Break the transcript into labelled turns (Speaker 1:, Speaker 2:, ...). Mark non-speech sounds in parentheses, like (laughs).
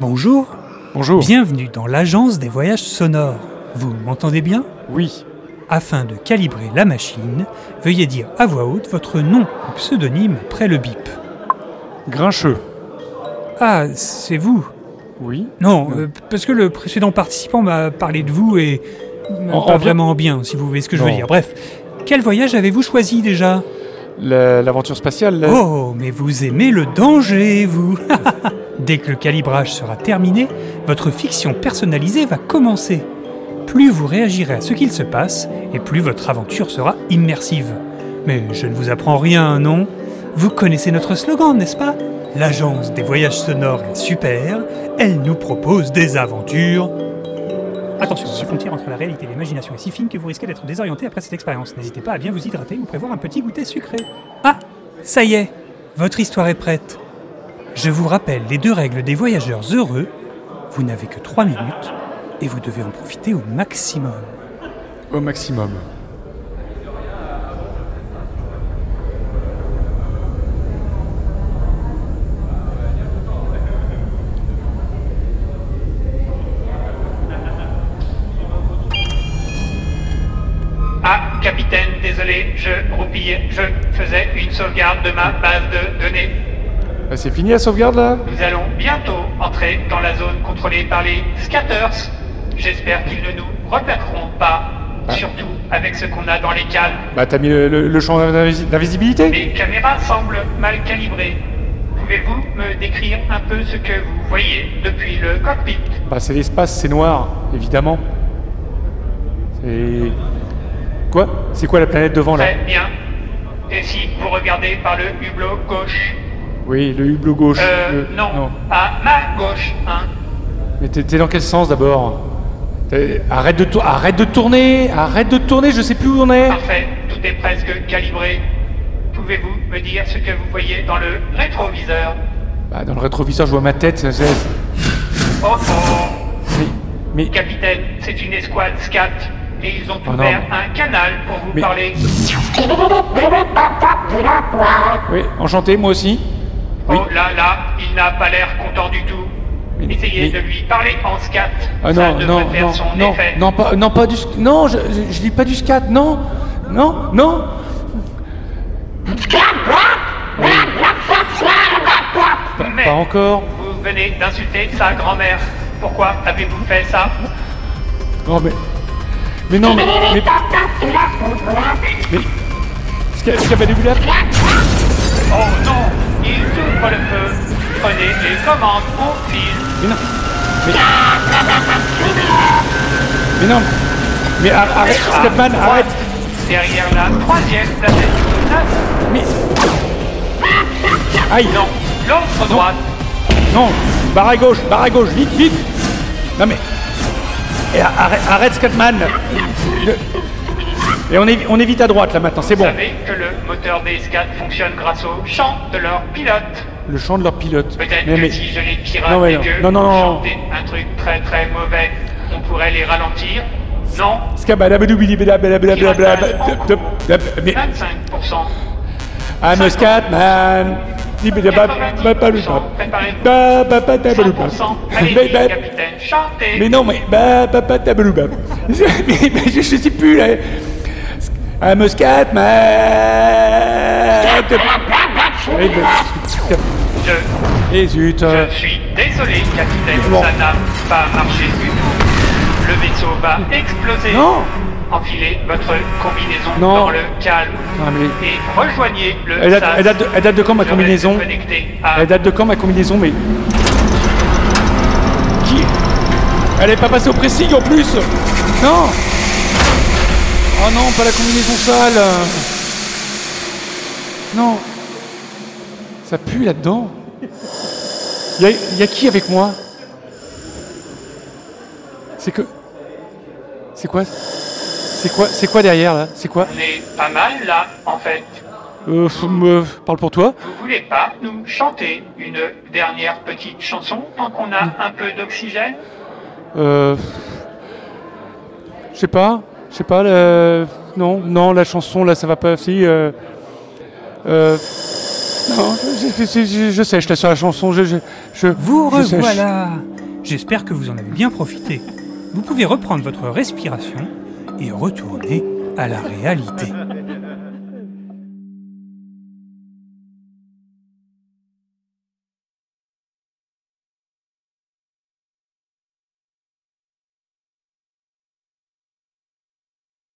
Speaker 1: Bonjour,
Speaker 2: Bonjour.
Speaker 1: bienvenue dans l'agence des voyages sonores. Vous m'entendez bien
Speaker 2: Oui.
Speaker 1: Afin de calibrer la machine, veuillez dire à voix haute votre nom ou pseudonyme après le bip.
Speaker 2: Grincheux.
Speaker 1: Ah, c'est vous
Speaker 2: Oui.
Speaker 1: Non,
Speaker 2: Non.
Speaker 1: euh, parce que le précédent participant m'a parlé de vous et euh,
Speaker 2: En-
Speaker 1: pas
Speaker 2: en bien-
Speaker 1: vraiment bien, si vous voyez ce que je veux
Speaker 2: Non.
Speaker 1: dire. Bref, quel voyage avez-vous choisi déjà
Speaker 2: La- L'aventure spatiale. la-
Speaker 1: Oh, mais vous aimez le danger, vous (laughs) Dès que le calibrage sera terminé, votre fiction personnalisée va commencer. Plus vous réagirez à ce qu'il se passe, et plus votre aventure sera immersive. Mais je ne vous apprends rien, non Vous connaissez notre slogan, n'est-ce pas L'agence des voyages sonores est super, elle nous propose des aventures. Attention, la frontière entre la réalité et l'imagination est si fine que vous risquez d'être désorienté après cette expérience. N'hésitez pas à bien vous hydrater ou prévoir un petit goûter sucré. Ah, ça y est, votre histoire est prête. Je vous rappelle les deux règles des voyageurs heureux. Vous n'avez que 3 minutes et vous devez en profiter au maximum.
Speaker 2: Oh. Au maximum.
Speaker 3: Ah, capitaine, désolé, je roupillais, je faisais une sauvegarde de ma base de données.
Speaker 2: Ah, c'est fini la sauvegarde là
Speaker 3: Nous allons bientôt entrer dans la zone contrôlée par les scatters. J'espère qu'ils ne nous repéreront pas, surtout avec ce qu'on a dans les cales.
Speaker 2: Bah t'as mis le, le- le champ d'invis- d'invisibilité
Speaker 3: Les caméras semblent mal calibrées. Pouvez-vous me décrire un peu ce que vous voyez depuis le cockpit
Speaker 2: Bah c'est l'espace, c'est noir, évidemment. C'est... Quoi C'est quoi la planète devant là
Speaker 3: Très bien. Et si vous regardez par le hublot gauche
Speaker 2: Oui, le hublot gauche.
Speaker 3: Euh,
Speaker 2: le-
Speaker 3: non, à ma gauche, hein
Speaker 2: Mais t'es t'es dans quel sens d'abord T'es- Arrête de, tour- arrête de tourner Arrête de tourner, je sais plus où on est
Speaker 3: Parfait, tout est presque calibré. Pouvez-vous me dire ce que vous voyez dans le rétroviseur
Speaker 2: Bah dans le rétroviseur, je vois ma tête. c'est- c'est-
Speaker 3: Oh oh
Speaker 2: Mais... mais-
Speaker 3: Capitaine, c'est une escouade SCAT et ils ont
Speaker 2: Oh non,
Speaker 3: ouvert
Speaker 2: mais-
Speaker 3: un canal pour vous
Speaker 2: Mais-
Speaker 3: parler.
Speaker 2: Oui, enchanté, moi aussi. Oui.
Speaker 3: Oh là là, il n'a pas l'air content du tout.
Speaker 2: Mais-
Speaker 3: Essayez
Speaker 2: mais-
Speaker 3: de lui parler en SCAT.
Speaker 2: Ah
Speaker 3: Ça
Speaker 2: non,
Speaker 3: devrait
Speaker 2: non,
Speaker 3: faire
Speaker 2: non,
Speaker 3: son
Speaker 2: non,
Speaker 3: effet.
Speaker 2: non, pas, non, pas du, sc- non, je, je, je lis pas du scat, non, non, non.
Speaker 3: Mais
Speaker 2: Pas encore.
Speaker 3: vous venez d'insulter sa grand-mère. Pourquoi avez-vous fait ça
Speaker 2: Non mais, mais non mais, mais, mais sca- scaphandibulaire.
Speaker 3: Oh non, ils ouvrent le feu. Prenez les commandes au fil.
Speaker 2: Mais non, mais, mais non, mais ar- arrête, Scapman, arrête.
Speaker 3: Derrière la troisième planète. Ah,
Speaker 2: Mais, aïe,
Speaker 3: Non, l'autre droite.
Speaker 2: non, barre à gauche, barre à gauche, vite, vite. Non mais, et ar- arrête, arrête Scatman. Et on est, on est vite à droite là maintenant, c'est
Speaker 3: Vous
Speaker 2: bon.
Speaker 3: savez que le moteur des SCAT fonctionne grâce au chant de leur pilote.
Speaker 2: Le champ de leur pilote.
Speaker 3: Peut-être
Speaker 2: Mais-
Speaker 3: que
Speaker 2: mais-
Speaker 3: si je les pirate
Speaker 2: Non, mais
Speaker 3: et
Speaker 2: non.
Speaker 3: que
Speaker 2: Non, non,
Speaker 3: vous
Speaker 2: non.
Speaker 3: chantez un truc très très mauvais, on pourrait les ralentir. Non,
Speaker 2: Scabadabadoubidibidabidabidabidabidabi-
Speaker 3: Piratage en
Speaker 2: dup, dup, dup, mais-
Speaker 3: 25%.
Speaker 2: I'm a scatman. Dibidababababababab.
Speaker 3: 90%. Préparez-vous.
Speaker 2: Babababababab.
Speaker 3: 100%.
Speaker 2: eh ben. Mais-
Speaker 3: Allez-y,
Speaker 2: mais-
Speaker 3: capitaine, chantez.
Speaker 2: Mais non, mais. babababababab. Mais mais je je sais plus là. I'm a scatman. Et ben-
Speaker 3: Je,
Speaker 2: Et zut. euh,
Speaker 3: je suis désolé, capitaine,
Speaker 2: Bon.
Speaker 3: ça n'a pas marché du tout. Le vaisseau va exploser.
Speaker 2: Non.
Speaker 3: Enfilez votre combinaison
Speaker 2: Non.
Speaker 3: dans le calme
Speaker 2: Ah, mais-
Speaker 3: et rejoignez le
Speaker 2: Elle date,
Speaker 3: SAS.
Speaker 2: elle date de, elle date de quand ma
Speaker 3: Je
Speaker 2: combinaison
Speaker 3: reste connecté à-
Speaker 2: Elle Ah. date de quand ma combinaison mais. Qui Elle est pas passée au pressing en plus Non Oh non, pas la combinaison sale Non Ça pue là-dedans Y'a y a qui avec moi C'est que. C'est quoi C'est quoi C'est quoi derrière là C'est quoi
Speaker 3: On est pas mal là, en fait.
Speaker 2: Euh. f- me- Parle pour toi
Speaker 3: Vous voulez pas nous chanter une dernière petite chanson tant qu'on a un peu d'oxygène
Speaker 2: Euh. Je sais pas. Je sais pas. le- Non, non, la chanson, là, ça va pas. Si. Euh. euh, Non, je, je- je- je sais, je t'assure la chanson, je... je, je
Speaker 1: Vous
Speaker 2: je sèche.
Speaker 1: revoilà J'espère que vous en avez bien profité. Vous pouvez reprendre votre respiration et retourner à la réalité.